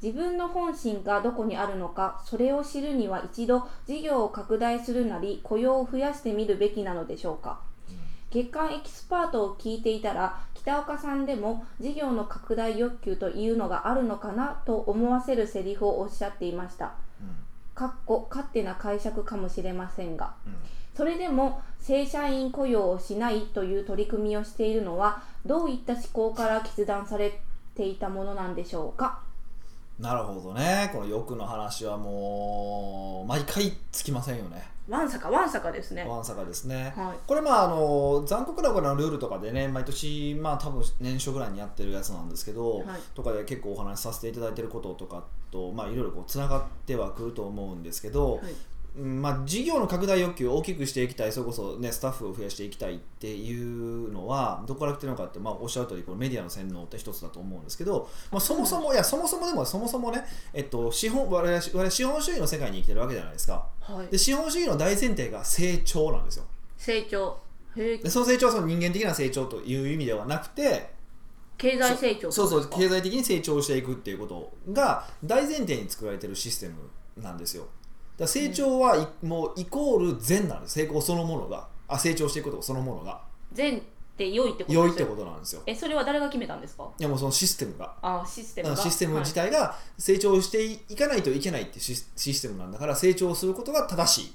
Speaker 2: 自分の本心がどこにあるのかそれを知るには一度事業を拡大するなり雇用を増やしてみるべきなのでしょうか月間エキスパートを聞いていたら北岡さんでも事業の拡大欲求というのがあるのかなと思わせるセリフをおっしゃっていました
Speaker 1: うん
Speaker 2: かっこ勝手な解釈かもしれませんが
Speaker 1: うん
Speaker 2: それでも正社員雇用をしないという取り組みをしているのはどういった思考から決断されていたものなんでしょうか
Speaker 1: なるほどねこの欲の話はもう毎回つきませんよね
Speaker 2: わんさかわんさかですね
Speaker 1: わんさかですね
Speaker 2: はい
Speaker 1: これまああの残酷なこのルールとかでね毎年まあ多分年初ぐらいにやってるやつなんですけど、
Speaker 2: はい
Speaker 1: とかで結構お話しさせていただいてることとかとまあいろいろこうつながってはくると思うんですけど、
Speaker 2: はい
Speaker 1: うんまあ、事業の拡大欲求を大きくしていきたいそれこそ、ね、スタッフを増やしていきたいっていうのはどこから来てるのかって、まあ、おっしゃる通りこのメディアの洗脳って一つだと思うんですけど、まあ、そもそもいやそもそもでもそもそもね、えっと、資本我々我々資本主義の世界に生きてるわけじゃないですか
Speaker 2: はい
Speaker 1: で資本主義の大前提が成長なんですよ
Speaker 2: 成長へえ
Speaker 1: でその成長はその人間的な成長という意味ではなくて
Speaker 2: 経済成長
Speaker 1: そうそう経
Speaker 2: 済
Speaker 1: 済的に成長していくっていうことが大前提に作られてるシステムなんですよだから成長はい、もうイコール善なんです成功そのものがあ成長していくことそのものが
Speaker 2: 善って良いってこと
Speaker 1: 良いってこととなんですよ
Speaker 2: えそれは誰が決めたんですか
Speaker 1: いやもうそのシステムが
Speaker 2: あシステム
Speaker 1: うん
Speaker 2: が
Speaker 1: システム自
Speaker 2: 体、
Speaker 1: 体が成長していかないといけないっていうシスシステムなんだから成長することが正し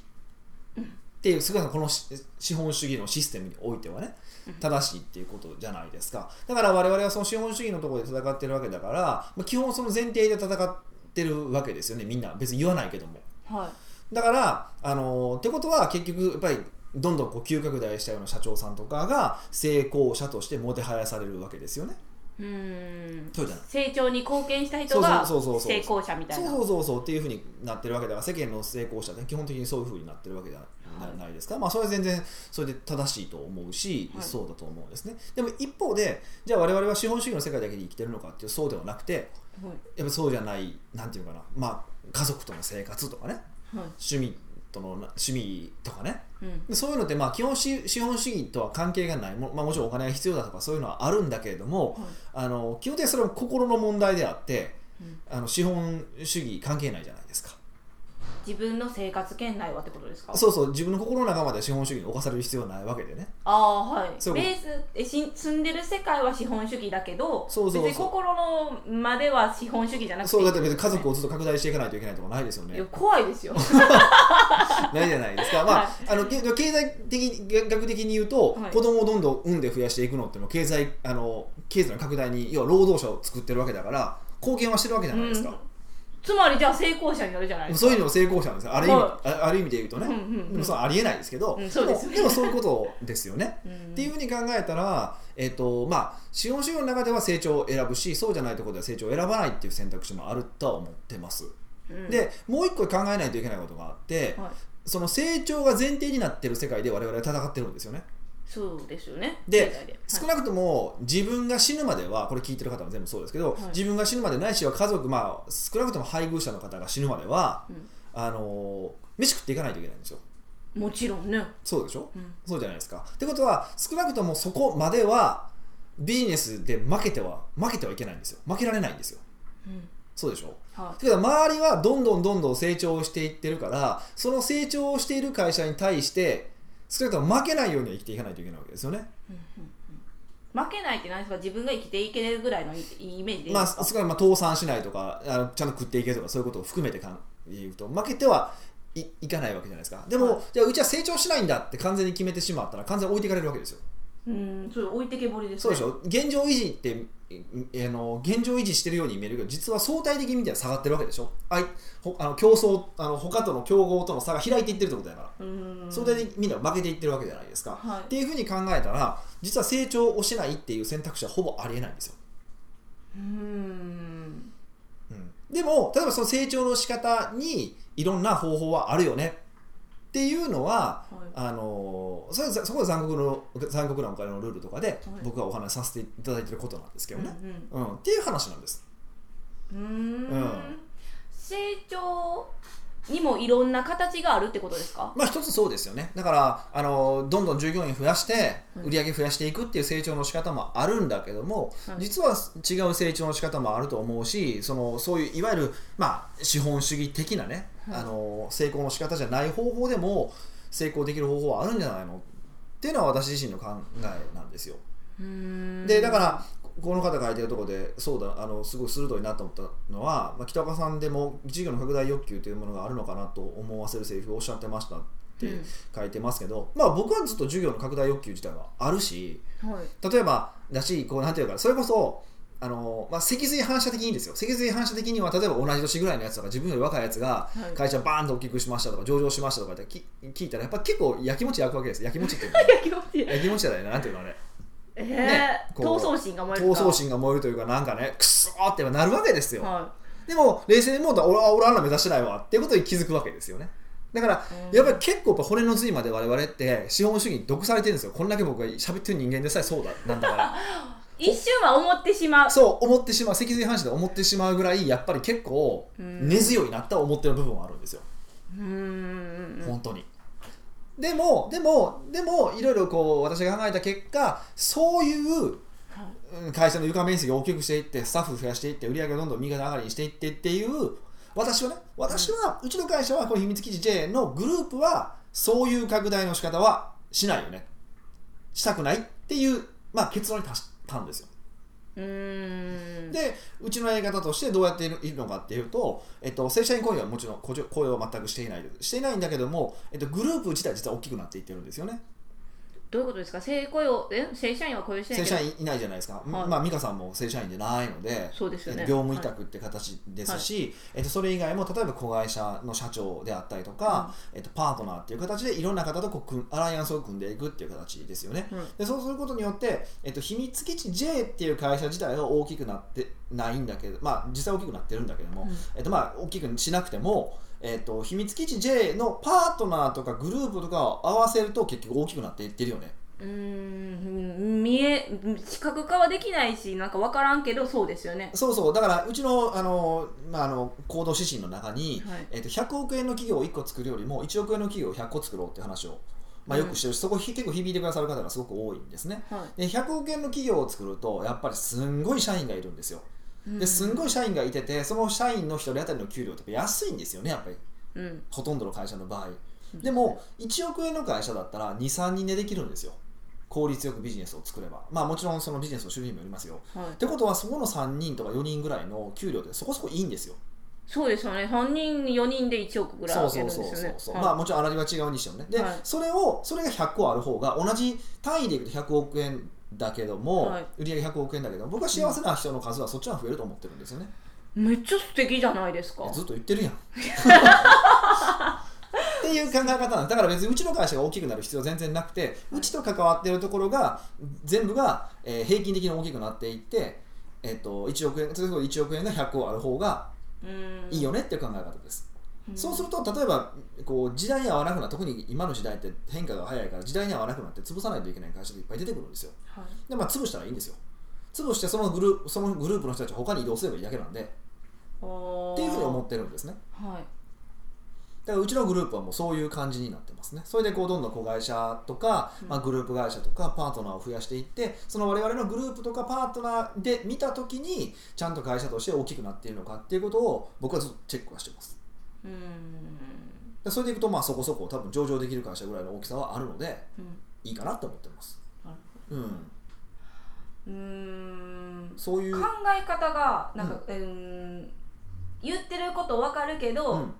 Speaker 1: いっていうそれがこのし資本主義のシステムにおいてはね
Speaker 2: うん
Speaker 1: 正しいっていうことじゃないですかだから我々はその資本主義のところで戦ってるわけだから、まあ基本その前提で戦ってるわけですよねみんな別に言わないけども
Speaker 2: はいはい、
Speaker 1: だから、あのーってことは結局やっぱりどんどんこう急拡大したような社長さんとかが成功者としてもてはやされるわけですよね
Speaker 2: うーん
Speaker 1: そうじゃない
Speaker 2: 成長に貢献した人が
Speaker 1: そうそうそうそうそう
Speaker 2: 成功者みたい
Speaker 1: そう
Speaker 2: な
Speaker 1: そうそうそうっていうふうになってるわけだから世間の成功者って基本的にそういうふうになってるわけじゃな
Speaker 2: はい
Speaker 1: ないですか、まあそれは全然それで正しいと思うし、
Speaker 2: はい
Speaker 1: そうだと思うんですねでも一方でじゃあ我々は資本主義の世界だけで生きてるのかっていうそうではなくて
Speaker 2: は
Speaker 1: やっぱそうじゃないなんていうのかなまあ家族との生活とかね
Speaker 2: いはい
Speaker 1: 趣味との趣味とかね
Speaker 2: うん
Speaker 1: でそういうのってまあ基本し資本主義とは関係がないも,、まあ、もちろんお金が必要だとかそういうのはあるんだけれども
Speaker 2: はい
Speaker 1: あの基本的にそれは心の問題であって
Speaker 2: うん
Speaker 1: あの資本主義関係ないじゃないですか。
Speaker 2: 自分の生活圏内はってことですか
Speaker 1: そうそう自分の心の中まで資本主義に侵される必要はないわけでね
Speaker 2: ああはい
Speaker 1: そう
Speaker 2: ベースえし住んでる世界は資本主義だけど
Speaker 1: そうそうそう
Speaker 2: 別に心のまでは資本主義じゃなくて
Speaker 1: そうだって別に家族をずっと拡大していかないといけないとかないですよ
Speaker 2: いや
Speaker 1: ね
Speaker 2: 怖いですよ
Speaker 1: ないじゃないですかまあ,、
Speaker 2: はい
Speaker 1: あのけ経済的学的に言うと、
Speaker 2: はい
Speaker 1: 子供をどんどん産んで増やしていくのっていうのは経済あの経済の拡大に要は労働者を作ってるわけだから貢献はしてるわけじゃないですか、
Speaker 2: つまりじゃあ成功者になるじゃないです
Speaker 1: そう
Speaker 2: か
Speaker 1: いうのも成功者なんですよある意味、
Speaker 2: は
Speaker 1: あある意味で言うとね、
Speaker 2: うんうんうん
Speaker 1: でもそれはありえないですけど、
Speaker 2: うんそうですよね
Speaker 1: ももそういうことですよね
Speaker 2: うん
Speaker 1: っていうふうに考えたら、えっとまあ、資本主義の中では成長を選ぶしそうじゃないところでは成長を選ばないっていう選択肢もあるとは思ってます、
Speaker 2: うん
Speaker 1: でもう一個考えないといけないことがあって、
Speaker 2: はい
Speaker 1: その成長が前提になってる世界で我々は戦ってるんですよね
Speaker 2: そうですよね
Speaker 1: で
Speaker 2: 経済で
Speaker 1: 少
Speaker 2: はい
Speaker 1: なくとも自分が死ぬまではこれ聞いてる方も全部そうですけど、
Speaker 2: はい
Speaker 1: 自分が死ぬまでないしは家族、まあ、少なくとも配偶者の方が死ぬまでは、
Speaker 2: うん
Speaker 1: あの飯食っていかないといけないんですよ
Speaker 2: もちろんね、
Speaker 1: そうでしょ
Speaker 2: うん
Speaker 1: そうじゃないですか。ってことは少なくともそこまではビジネスで負けては負けてはいけないんですよ負けられないんですよ
Speaker 2: うん
Speaker 1: そうでしょ
Speaker 2: は
Speaker 1: ってことは周りはどんどんどんどん成長していってるからその成長をしている会社に対して少なくとも負けないようには生きていかないといけないわけですよね、
Speaker 2: いうんうんうん負けないって何ですか自分が生きていけるぐらいのいいイメージでいい
Speaker 1: ま
Speaker 2: で
Speaker 1: あ
Speaker 2: すか、
Speaker 1: 少なくともまあ倒産しないとかあのちゃんと食っていけるとかそういうことを含めてかん言うと負けてはいいかないわけじゃないですかでも、
Speaker 2: はい
Speaker 1: じゃあうちは成長しないんだって完全に決めてしまったら完全に置いていかれるわけですよ
Speaker 2: うんそう置いてけぼりです
Speaker 1: そう
Speaker 2: ね
Speaker 1: でしょ現状維持ってえあの現状維持してるように見えるけど実は相対的に見たら下がってるわけでしょあいほあの競争あの他との競合との差が開いていってるってことだから
Speaker 2: うん
Speaker 1: 相対的に見たら負けていってるわけじゃないですか、
Speaker 2: はい
Speaker 1: っていうふうに考えたら実は成長をしないっていう選択肢はほぼありえないんですよ、
Speaker 2: うん
Speaker 1: うん、でも例えばその成長の仕方にいろんな方法はあるよねっていうのは
Speaker 2: はい
Speaker 1: あのそれはそこは残酷の残酷なお金のルールとかで僕がお話しさせていただいてることなんですけどね、
Speaker 2: うんうん
Speaker 1: うん、っていう話なんです。
Speaker 2: うーん
Speaker 1: うん
Speaker 2: 成長にもいろんな形があるってことですか
Speaker 1: まあ一つそうですよね。だから、あの、どんどん従業員増やして、
Speaker 2: うん
Speaker 1: 売り上げ増やしていくっていう成長の仕方もあるんだけども、
Speaker 2: はい
Speaker 1: 実は違う成長の仕方もあると思うし、その、そういう、いわゆる、まあ、資本主義的なね、
Speaker 2: はい
Speaker 1: あの、成功の仕方じゃない方法でも、成功できる方法はあるんじゃないのっていうのは私自身の考えなんですよ。でだからこの方が書いてるところでそうだあのすごい鋭いなと思ったのは、まあ、北岡さんでも事業の拡大欲求というものがあるのかなと思わせるセリフをおっしゃってましたって
Speaker 2: うん
Speaker 1: 書いてますけど、まあ僕はずっと事業の拡大欲求自体はあるし
Speaker 2: ら、はい、
Speaker 1: 例えばだしこうなんていうかそれこそあの、まあ、脊髄反射的にですよ脊髄反射的には例えば同じ年ぐらいのやつとか自分より若いやつが
Speaker 2: はい
Speaker 1: 会社バーンと大きくしましたとか上場しましたとかってき聞いたらやっぱ結構やきもち焼くわけですやきもちっていうのは
Speaker 2: 気持ちいい
Speaker 1: やきもちじゃないななんていうのあれ
Speaker 2: えー
Speaker 1: ねこう
Speaker 2: 闘争心が燃える
Speaker 1: 闘争心が燃えるというかなんかねクソーってなるわけですよ、
Speaker 2: は
Speaker 1: でも冷静にもう俺は俺はあんな目指してないわっていうことに気づくわけですよね
Speaker 2: い
Speaker 1: だから
Speaker 2: うん
Speaker 1: やっぱり結構やっぱ骨の髄まで我々って資本主義に毒されてるんですよこんだけ僕が喋ってる人間でさえそうだなんだから
Speaker 2: 一瞬は思ってしまう
Speaker 1: そう思ってしまう脊髄反射で思ってしまうぐらいやっぱり結構
Speaker 2: うん
Speaker 1: 根強いなって思ってる部分はあるんですよ
Speaker 2: うんうんうん
Speaker 1: 本当に。でもでもでもいろいろこう私が考えた結果そういううん会社の床面積を大きくしていってスタッフ増やしていって売り上げをどんどん右肩上がりにしていってっていう私はね私は、うちの会社はこの秘密基地 J のグループはそういう拡大の仕方はしないよねしたくないっていう、まあ、結論に達したんですよ
Speaker 2: うん
Speaker 1: でうちのやり方としてどうやっているのかっていうと、えっと、正社員雇用はもちろん雇用雇用は全くしていないしていないんだけども、えっと、グループ自体実は大きくなっていってるんですよね
Speaker 2: どういうことですか正雇用え正社員は雇用してない
Speaker 1: 正
Speaker 2: けど
Speaker 1: 社員いないじゃないですか、
Speaker 2: はい
Speaker 1: まあ美香さんも正社員じゃないので
Speaker 2: そうですよね
Speaker 1: えっと業務委託って形ですし、えっと、それ以外も例えば子会社の社長であったりとか、えっと、パートナーっていう形でいろんな方とこう組んアライアンスを組んでいくっていう形ですよね、
Speaker 2: うん
Speaker 1: でそうすることによって、えっと、秘密基地 J っていう会社自体は大きくなってないんだけどまあ実際大きくなってるんだけども、
Speaker 2: うん
Speaker 1: えっと、まあ大きくしなくても、えっと、秘密基地 J のパートナーとかグループとかを合わせると結局大きくなっていってるよね
Speaker 2: うーん見え視覚化はできないしなんか分からんけどそうですよね
Speaker 1: そうそうだからうちのあの、まあ、あの行動指針の中に、
Speaker 2: はい
Speaker 1: えっと100億円の企業を1個作るよりも1億円の企業を100個作ろうって話を、まあ、よくしてるし、そこひ結構響いてくださる方がすごく多いんですね
Speaker 2: は
Speaker 1: で100億円の企業を作るとやっぱりすんごい社員がいるんですよ
Speaker 2: い
Speaker 1: ですん
Speaker 2: い
Speaker 1: ごい社員がいててその社員の1人当たりの給料ってやっぱ安いんですよねやっぱり
Speaker 2: うん
Speaker 1: ほとんどの会社の場合でも1億円の会社だったら23人でできるんですよ効率よくビジネスを作ればまあもちろんそのビジネスの種類にもよりますよ
Speaker 2: はい
Speaker 1: ってことはそこの3人とか4人ぐらいの給料ってそこそこいいんですよ。
Speaker 2: そうですよね3人4人で1億ぐらいあげるんですよね
Speaker 1: そう
Speaker 2: はい
Speaker 1: まあもちろん粗利は違うにしてもね。で、
Speaker 2: はい
Speaker 1: それをそれが100個ある方が同じ単位でいくと100億円だけども、
Speaker 2: はい
Speaker 1: 売上100億円だけど僕は幸せな人の数はそっちの方が増えると思ってるんですよね。
Speaker 2: めっちゃ素敵じゃないですか
Speaker 1: ずっと言って るやん。っていう考え方なんですだから別にうちの会社が大きくなる必要は全然なくてうちと関わっているところが全部が、えー平均的に大きくなっていって、えっと1億円それこそ1億円が100個ある方が
Speaker 2: うん
Speaker 1: いいよねっていう考え方です。
Speaker 2: ん
Speaker 1: そうすると例えばこう時代に合わなくな特に今の時代って変化が早いから時代に合わなくなって潰さないといけない会社っていっぱい出てくるんですよ
Speaker 2: はい
Speaker 1: でまあ潰したらいいんですよ潰してそのグループそのグループの人たちを他に移動すればいいだけなんでっ
Speaker 2: あー
Speaker 1: ていうふうに思ってるんですね
Speaker 2: はい
Speaker 1: だからうちのグループはもうそういう感じになってますねそれでこうどんどん子会社とか、まあ、グループ会社とかパートナーを増やしていってその我々のグループとかパートナーで見た時にちゃんと会社として大きくなっているのかっていうことを僕はずっとチェックはしてます
Speaker 2: うん
Speaker 1: でそれでいくとまあそこそこ多分上場できる会社ぐらいの大きさはあるので
Speaker 2: うん
Speaker 1: いいかなと思ってます、
Speaker 2: なる
Speaker 1: うん、
Speaker 2: うん
Speaker 1: そういう
Speaker 2: 考え方がなんか、うん言ってることわかるけど、
Speaker 1: うん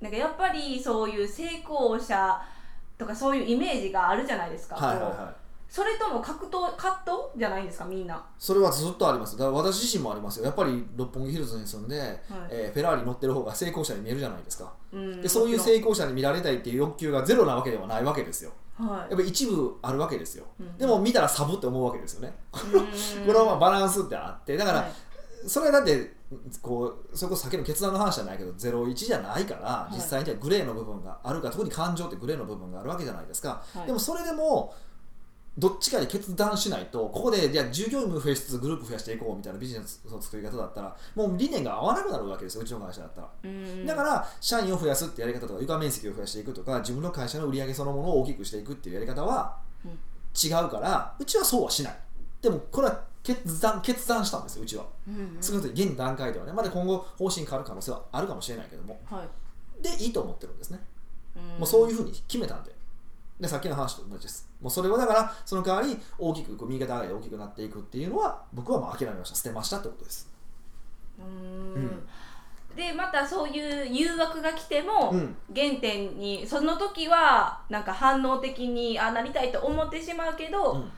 Speaker 2: なんかやっぱりそういう成功者とかそういうイメージがあるじゃないですか、
Speaker 1: はいはい
Speaker 2: こ
Speaker 1: はいう
Speaker 2: それとも格闘葛藤じゃないんですかみんな、は
Speaker 1: それはずっとありますだから私自身もありますよやっぱり六本木ヒルズに住んで、えーフェラーリ乗ってる方が成功者に見えるじゃないですか
Speaker 2: うん
Speaker 1: でそういう
Speaker 2: もち
Speaker 1: 成功者に見られたいっていう欲求がゼロなわけではないわけですよ
Speaker 2: ろんはい
Speaker 1: やっぱ一部あるわけですよ、
Speaker 2: うん
Speaker 1: でも見たらサブって思うわけですよね
Speaker 2: う ん
Speaker 1: これはまあバランスってあってだから、
Speaker 2: はい
Speaker 1: それはだってこうそれこそ先の決断の話じゃないけど01じゃないから、
Speaker 2: い
Speaker 1: 実際にはグレーの部分があるから特に感情ってグレーの部分があるわけじゃないですか、
Speaker 2: はい
Speaker 1: でもそれでもどっちかで決断しないとここでじゃあ従業員も増やしつつグループ増やしていこうみたいなビジネスの作り方だったらもう理念が合わなくなるわけですようちの会社だったら。
Speaker 2: うん
Speaker 1: だから社員を増やすってやり方とか床面積を増やしていくとか自分の会社の売り上げそのものを大きくしていくっていうやり方は
Speaker 2: うん
Speaker 1: 違うからうちはそうはしないでもこれは決断決断したんですようちは
Speaker 2: うん
Speaker 1: 少なくとも現段階ではねまだ今後方針変わる可能性はあるかもしれないけども
Speaker 2: はい
Speaker 1: でいいと思ってるんですね
Speaker 2: うん
Speaker 1: もうそういうふうに決めたんででさっきの話と同じですもうそれはだからその代わり大きくこう右肩上がりで大きくなっていくっていうのは僕はもう諦めました捨てましたってことです
Speaker 2: うん
Speaker 1: うん
Speaker 2: でまたそういう誘惑が来ても、
Speaker 1: うん
Speaker 2: 原点にその時はなんか反応的にあなりたいと思ってしまうけど、
Speaker 1: うん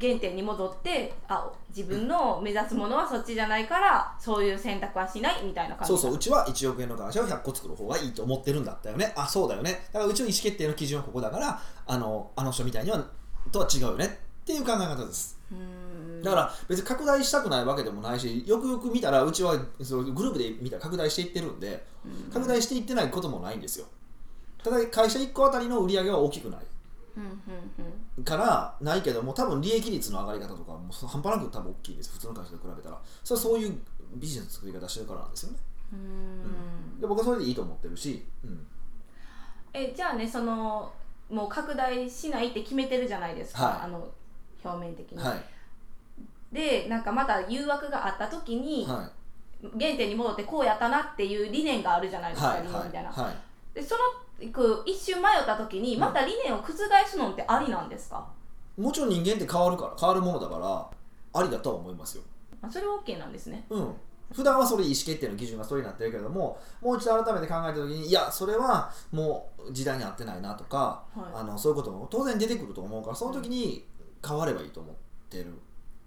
Speaker 2: 原点に戻ってあ自分の目指すものはそっちじゃないからそういう選択はしないみたいな感じ
Speaker 1: そうそううちは1億円の会社を100個作る方がいいと思ってるんだったよねあそうだよねだからうちの意思決定の基準はここだからあのあの人みたいにはとは違うよねっていう考え方です
Speaker 2: うーん
Speaker 1: だだから別に拡大したくないわけでもないしよくよく見たらうちはそのグループで見たら拡大していってるんで
Speaker 2: うん
Speaker 1: 拡大していってないこともないんですよただ会社1個あたりの売り上げは大きくない
Speaker 2: うんうんうん
Speaker 1: からないけども多分利益率の上がり方とかもう半端なく多分大きいです普通の会社と比べたらそれはそういうビジネスの作り方してるからなんですよね
Speaker 2: うーん
Speaker 1: で僕はそれでいいと思ってるし、うん、
Speaker 2: えじゃあねそのもう拡大しないって決めてるじゃないですか、
Speaker 1: はい
Speaker 2: あの表面的に、
Speaker 1: はい
Speaker 2: でなんかまた誘惑があった時に、
Speaker 1: は
Speaker 2: 原点に戻ってこうやったなっていう理念があるじゃない
Speaker 1: い
Speaker 2: ですか、
Speaker 1: はい
Speaker 2: 日本みたいな、
Speaker 1: はいはい
Speaker 2: でそのこう一瞬迷った時に
Speaker 1: うん
Speaker 2: また理念を覆すのってありなんですか、
Speaker 1: もちろん人間って変わるから変わるものだからありだとは思いますよ
Speaker 2: あそれは OK なんですね
Speaker 1: うん普段はそれ意思決定の基準がそれになってるけれどももう一度改めて考えた時にいやそれはもう時代に合ってないなとか、
Speaker 2: はい
Speaker 1: あのそういうことも当然出てくると思うからその時に変わればいいと思ってる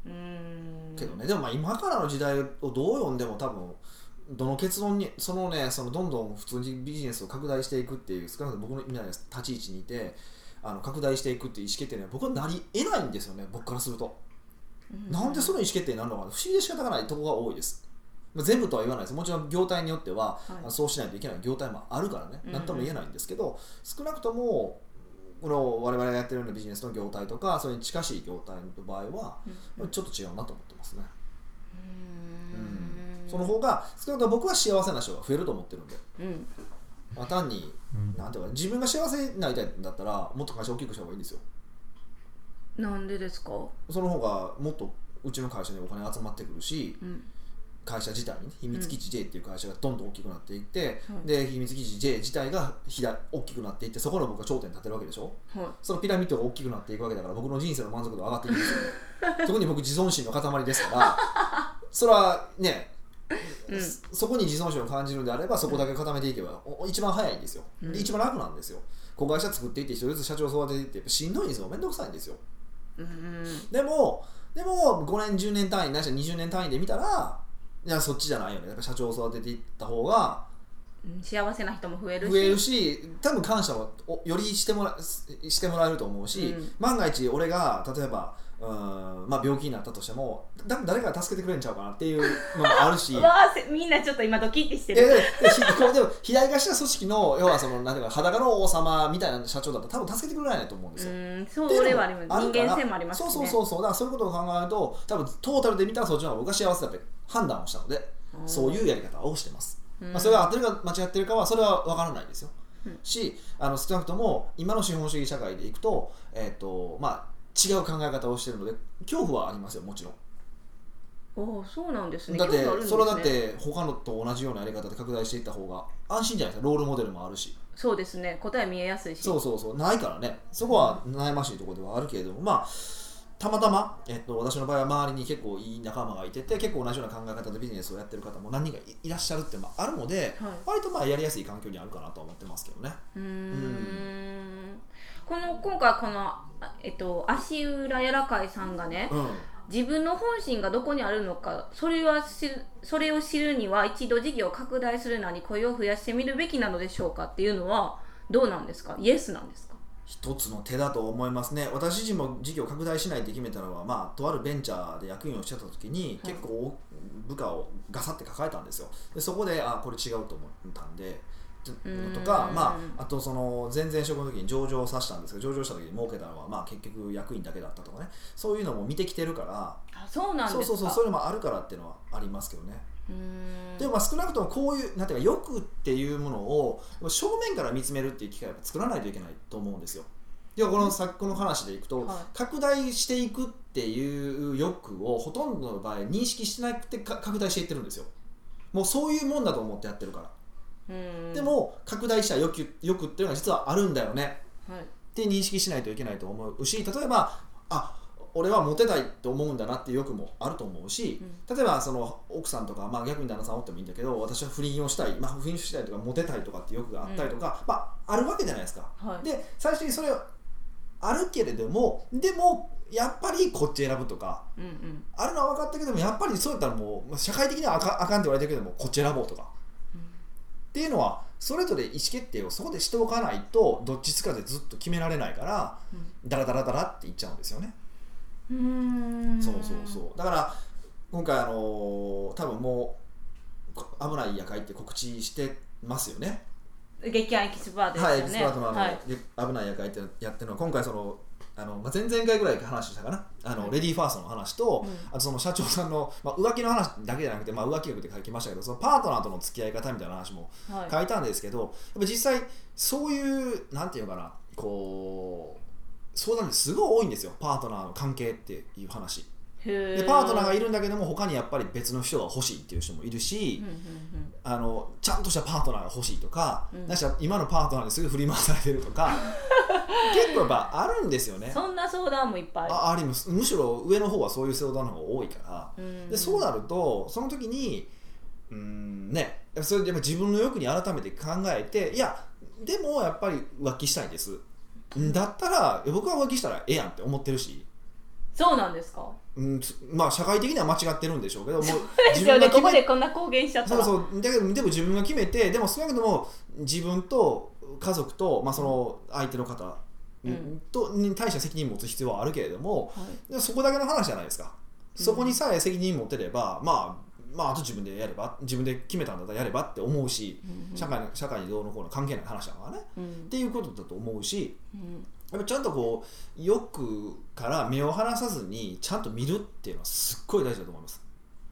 Speaker 2: うーん
Speaker 1: けどね、でもまあ今からの時代をどう読んでも多分どの結論にそのねそのどんどん普通にビジネスを拡大していくっていう少なくとも僕のみたいな立ち位置にいてあの拡大していくっていう意思決定には僕はなりえないんですよね僕からすると。なんでその意思決定になるのかな不思議で仕方がないとこが多いです。まあ、全部とは言わないです。もちろん業態によっては、
Speaker 2: はい
Speaker 1: あそうしないといけない業態もあるからね
Speaker 2: う、ん
Speaker 1: なんとも言えないんですけど、少なくとも、この我々がやってるようなビジネスの業態とか、それに近しい業態の場合は、
Speaker 2: うん
Speaker 1: ちょっと違うなと思ってますね。
Speaker 2: うーん
Speaker 1: その方が、少なくとも僕は幸せな人が増えると思ってるんで、
Speaker 2: うん
Speaker 1: まあ、単に、なんていうか、自分が幸せになりたいんだったら、もっと会社を大きくした方がいいんですよ。
Speaker 2: なんでですか、
Speaker 1: その方が、もっとうちの会社にお金集まってくるし、
Speaker 2: うん
Speaker 1: 会社自体にね秘密基地 J っていう会社がどんどん大きくなっていって、
Speaker 2: はい
Speaker 1: で秘密基地 J 自体がひだ大きくなっていってそこの僕が頂点に立てるわけでしょ
Speaker 2: は
Speaker 1: そのピラミッドが大きくなっていくわけだから僕の人生の満足度が上がっていくん ですよ、ね、特に僕自尊心の塊ですからそれはね、
Speaker 2: うん
Speaker 1: そそこに自尊心を感じるんであればそこだけ固めていけばお一番早いんですよ、
Speaker 2: うん
Speaker 1: で一番楽なんですよ子会社作っていって一人ずつ社長育てていってやっぱしんどいんですよめんどくさいんですよ
Speaker 2: い、うん
Speaker 1: でも、でも5年、10年単位、ないしは20年単位で見たら、いや、そっちじゃないよね。やっぱ社長を育てていった方が
Speaker 2: うん、幸せな人も増えるし
Speaker 1: 増えるし、多分感謝をおよりしてもらすしてもらえると思うし、
Speaker 2: うん
Speaker 1: 万が一俺が、例えば、うーんまあ、病気になったとしても、だ誰かが助けてくれんちゃうかなっていうのもある し。
Speaker 2: うわあせみんなちょっと今ドキッてして
Speaker 1: え
Speaker 2: る、
Speaker 1: ででひ こうでも肥大化した組織の要はそのなんていうか裸の王様みたいな社長だったら多分助けてくれないと思うんですよ。
Speaker 2: うんそうれはあります
Speaker 1: っていうのが
Speaker 2: 人間性もありますしね
Speaker 1: そうそうそうそうだからそういうことを考えると多分トータルで見たらそっちの方が僕は幸せだって判断をしたので
Speaker 2: うん
Speaker 1: そういうやり方をしてます、
Speaker 2: うん
Speaker 1: まあ、それが合ってるか間違ってるかはそれは分からないですよ、
Speaker 2: うん
Speaker 1: しあの少なくとも今の資本主義社会でいくと,、えっとまあ、違う考え方をしてるので恐怖はありますよもちろん
Speaker 2: ああそうなんですね
Speaker 1: だって、
Speaker 2: 興味あるんです
Speaker 1: そ
Speaker 2: ね
Speaker 1: れはだって他のと同じようなやり方で拡大していった方が安心じゃないですかロールモデルもあるし
Speaker 2: そうですね答え見えやすいし
Speaker 1: そうそうそうないからねそこは悩ましいところではあるけれどもまあたまたま、えっと、私の場合は周りに結構いい仲間がいてて結構同じような考え方でビジネスをやってる方も何人かいいらっしゃるってまああるので、
Speaker 2: はい
Speaker 1: 割とまあやりやすい環境にあるかなとは思ってますけどね
Speaker 2: うーんこの今回この、あえっと、足裏柔らかいさんがね
Speaker 1: うん
Speaker 2: 自分の本心がどこにあるのかそれは知るそれを知るには一度事業を拡大するなり雇用を増やしてみるべきなのでしょうかっていうのはどうなんですかイエスなんですか
Speaker 1: 一つの手だと思いますね私自身も事業を拡大しないって決めたのは、まあ、とあるベンチャーで役員をしてた時に、
Speaker 2: はい
Speaker 1: 結構部下をガサって抱えたんですよでそこであこれ違うと思ったんでと
Speaker 2: ーん
Speaker 1: とか、まあ、あとその前々職の時に上場させたんですけど上場した時に儲けたのは、まあ、結局役員だけだったとかねそういうのも見てきてるから
Speaker 2: あそうなんです
Speaker 1: そう
Speaker 2: か
Speaker 1: そうそうそれもあるからっていうのはありますけどね
Speaker 2: うーん
Speaker 1: でもまあ少なくともこういうなんていうか欲っていうものを正面から見つめるっていう機会を作らないといけないと思うんですよ。でこの作この話でいくと、
Speaker 2: はい
Speaker 1: 拡大していくっていう欲をほとんどの場合認識してなくてか拡大していってるんですよ。もうそういうもんだと思ってやってるから。
Speaker 2: うーん
Speaker 1: で、も拡大した欲求欲っていうのが実はあるんだよね
Speaker 2: はい、
Speaker 1: って認識しないといけないと思うし例えばあ俺はモテたいと思うんだなっていう欲もあると思うし、例えばその奥さんとか、まあ、逆に旦那さんおってもいいんだけど私は不倫をしたい、まあ、不倫したいとかモテたいとかっていう欲があったりとか、まあ、あるわけじゃないですか。
Speaker 2: はい、
Speaker 1: で最初にそれあるけれどもでもやっぱりこっち選ぶとか
Speaker 2: うんうん
Speaker 1: あるのは分かったけどもやっぱりそうやったらもうまあ社会的にはあかあかんって言われてるけどもこっち選ぼうとかっていうのはそれぞれ意思決定をそこでしておかないとどっちつかずでずっと決められないから
Speaker 2: うん
Speaker 1: ダラダラダラっていっちゃうんですよね。
Speaker 2: ううーん
Speaker 1: そうそうそうだから今回あのー多分もうこ危ない夜会って告知してますよね
Speaker 2: う劇団エキスパートですよ
Speaker 1: は
Speaker 2: ね
Speaker 1: いエキスパートのあの、
Speaker 2: はい
Speaker 1: で危ない夜会ってやってるのは今回そのあの、まあ、前々回ぐらい話したかなあの、
Speaker 2: はい
Speaker 1: レディーファーストの話と、
Speaker 2: うん
Speaker 1: あとその社長さんの、まあ、浮気の話だけじゃなくて、まあ、浮気額って書きましたけどそのパートナーとの付き合い方みたいな話も
Speaker 2: はい
Speaker 1: 書いたんですけど、やっぱ実際そういうなんていうのかなこう相談ですごい多いんですよパートナーの関係っていう話
Speaker 2: へ
Speaker 1: でパートナーがい
Speaker 2: る、
Speaker 1: るんだけども他にやっぱり別の人が欲しいっていう人もいるし、
Speaker 2: うんうんうん
Speaker 1: あのちゃんとしたパートナーが欲しいとか、
Speaker 2: うん
Speaker 1: なんか今のパートナーにすぐ振り回されてると か結構やっぱあるんですよね
Speaker 2: そんな相談もいっぱいあ
Speaker 1: あありますむしろ上の方はそういう相談の方が多いから
Speaker 2: るん
Speaker 1: でそうなるとその時にうーんねやっぱそれやっぱ自分の欲に改めて考えていやでもやっぱり浮気したいんですんだったらいや僕は浮気したらええやんって思ってるし
Speaker 2: そうなんですか
Speaker 1: うん、つまあ社会的には間違ってるんでしょうけどもう
Speaker 2: ですよね
Speaker 1: 決
Speaker 2: こ
Speaker 1: め
Speaker 2: こでこんな公言しちゃった
Speaker 1: そう
Speaker 2: ら
Speaker 1: そうだけどでも自分が決めてでも少なくとも自分と家族と、まあ、その相手の方
Speaker 2: うん
Speaker 1: とに対して責任を持つ必要はあるけれども
Speaker 2: はい
Speaker 1: でもそこだけの話じゃないですかそこにさえ責任持てれば、まあまああと自分でやれば自分で決めたんだったらやればって思うし
Speaker 2: うんうん
Speaker 1: 社会の社会にどうのこうの関係ない話だからね
Speaker 2: うん
Speaker 1: っていうことだと思うし
Speaker 2: うん
Speaker 1: やっぱちゃんとこう欲から目を離さずにちゃんと見るっていうのはすっごい大事だと思います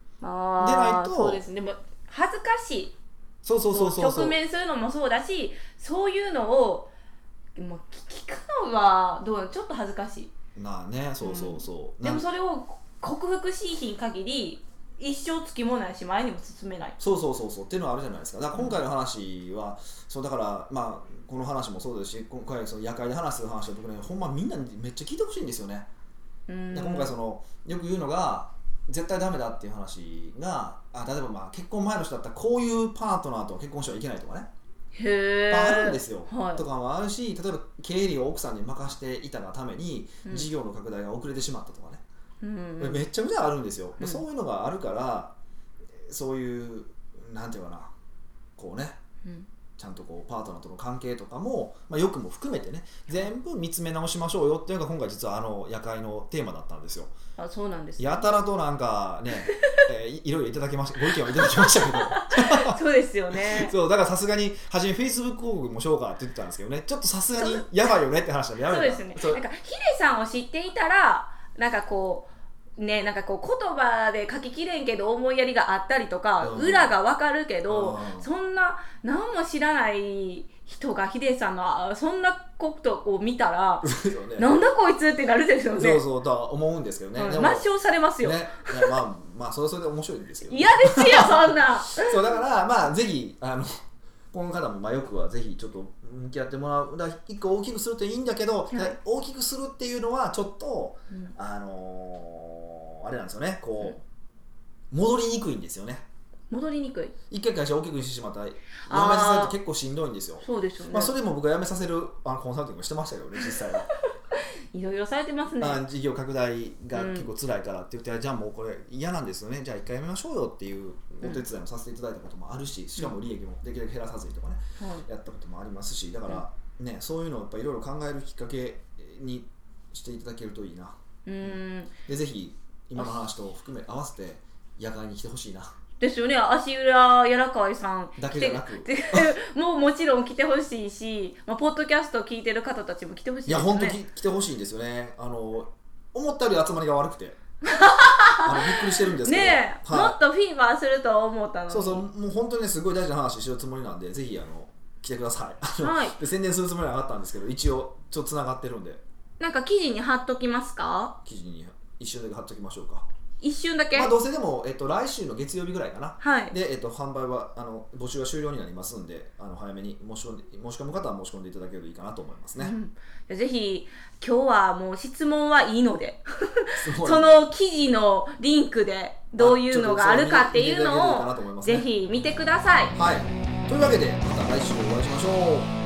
Speaker 1: で
Speaker 2: あ
Speaker 1: ない
Speaker 2: あ
Speaker 1: と
Speaker 2: そうですねでも恥ずかしい
Speaker 1: そうそうそうそうそう
Speaker 2: 直面するのもそうだしそういうのをもう聞聞くのはどうちょっと恥ずかしい
Speaker 1: まあねそうそうそう、
Speaker 2: で
Speaker 1: な
Speaker 2: も
Speaker 1: ん
Speaker 2: それを克服しいひん限り一生つきもないし前にも進めない
Speaker 1: そうそうそうそうっていうのはあるじゃないですかだから今回の話は、そうだからまあこの話もそうですし今回その夜会で話す話は僕ねほんまみんなにめっちゃ聞いてほしいんですよね、
Speaker 2: うん
Speaker 1: で今回そのよく言うのが絶対ダメだっていう話があ例えばまあ結婚前の人だったらこういうパートナーと結婚してはいけないとかね、
Speaker 2: へえ
Speaker 1: あるんですよ、
Speaker 2: はい
Speaker 1: とかもあるし例えば経理を奥さんに任していたがために
Speaker 2: うん
Speaker 1: 事業の拡大が遅れてしまったとかね、
Speaker 2: うんうん
Speaker 1: めっちゃくちゃあるんですよ、
Speaker 2: うん
Speaker 1: そういうのがあるからそういうなんていうかなこうね
Speaker 2: うん
Speaker 1: ちゃんとこうパートナーとの関係とかも、まあ、よくも含めてね全部見つめ直しましょうよっていうのが今回実はあの夜会のテーマだったんですよ
Speaker 2: あそうなんですね
Speaker 1: やたらとなんか ね、えーいいろいろいただきましたご意見をいただきましたけど
Speaker 2: そうですよね
Speaker 1: そうだからさすがに初め Facebook 広告もしようかって言ってたんですけどねちょっとさすがにやばいよねって話はやめ
Speaker 2: そ
Speaker 1: た
Speaker 2: うですね
Speaker 1: そう
Speaker 2: なんかヒデさんを知っていたらなんかこうねなんかこう言葉で書ききれんけど思いやりがあったりとか、
Speaker 1: うん
Speaker 2: 裏がわかるけど、
Speaker 1: うん
Speaker 2: そんな何も知らない人がヒデさんのあそんなことを見たら、
Speaker 1: そうよね
Speaker 2: なんだこいつってなるですよね
Speaker 1: そうそうとは思うんですけどね、
Speaker 2: うん
Speaker 1: でも
Speaker 2: 抹消されますよ、
Speaker 1: ね、いやまあまあそれはそれで面白いんですけど
Speaker 2: 嫌ですよそんな
Speaker 1: そうだからまあぜひあの この方もまあよくはぜひちょっと向き合ってもらうだから一個大きくするといいんだけど、
Speaker 2: い
Speaker 1: 大きくするっていうのはちょっと
Speaker 2: うん
Speaker 1: あのーあれなんですよねこう、戻りにくいんですよね
Speaker 2: 戻りにくい
Speaker 1: 一回会社を大きくしてしまったら辞め
Speaker 2: あー
Speaker 1: させると結構しんどいんですよ
Speaker 2: そうですよね、
Speaker 1: まあ、それでも僕は辞めさせるあのコンサルティングをしてましたけどね実際は、
Speaker 2: いろいろされてますね
Speaker 1: あ事業拡大が結構辛いからって言って、じゃあもうこれ嫌なんですよねじゃあ一回やめましょうよっていうお手伝いもさせていただいたこともあるし、しかも利益もできるだけ減らさずにとかね
Speaker 2: はい
Speaker 1: やったこともありますしだから、ねそういうのをやっぱいろいろ考えるきっかけにしていただけるといいな
Speaker 2: うーん
Speaker 1: でぜひ今の話と含め合わせて夜会に来てほしいな
Speaker 2: ですよね足裏やらかいさん
Speaker 1: だけじゃなく
Speaker 2: 来て もうもちろん来てほしいし、まあ、ポッドキャスト聞いてる方たちも来てほしい
Speaker 1: い
Speaker 2: で
Speaker 1: や
Speaker 2: す
Speaker 1: 本当
Speaker 2: ね
Speaker 1: に来てほしいんですよねあの思ったより集まりが悪く てあのびっくりしてるんですけど
Speaker 2: ねえ、も
Speaker 1: は
Speaker 2: っとフィーバーすると思ったの
Speaker 1: い、
Speaker 2: に
Speaker 1: そうそうもう本当にねすごい大事な話してるつもりなんでぜひあの来てくださいあの
Speaker 2: はい
Speaker 1: で宣伝するつもりはなかったんですけど一応ちょっとつながってるんで
Speaker 2: なんか記事に貼っときますか
Speaker 1: 記事に一瞬だけ貼っときましょうか
Speaker 2: 一瞬だけ、
Speaker 1: まあどうせでも、えっと、来週の月曜日ぐらいかな
Speaker 2: はい
Speaker 1: で、えっと、販売はあの募集は終了になりますんであの早めに申し込んで申し込む方は申し込んでいただけるといいかなと思います
Speaker 2: う
Speaker 1: ね。
Speaker 2: んじゃあぜひ今日はもう質問はいいので
Speaker 1: すごい
Speaker 2: その記事のリンクでどういうのがあるかっていう
Speaker 1: あちょっとそれ見ていただけるといいかな
Speaker 2: のを
Speaker 1: と思いますね
Speaker 2: ぜひ見てください
Speaker 1: はい、というわけでまた来週お会いしましょう。